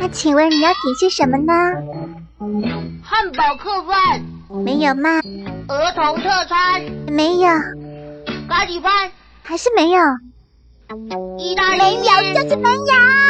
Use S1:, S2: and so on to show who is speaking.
S1: 那请问你要点些什么呢？
S2: 汉堡客饭、
S1: 没有吗？
S2: 儿童特餐、
S1: 没有，
S2: 咖喱饭、
S1: 还是没有。
S2: 意大利
S1: 没有，
S2: 面
S1: 就。是没有。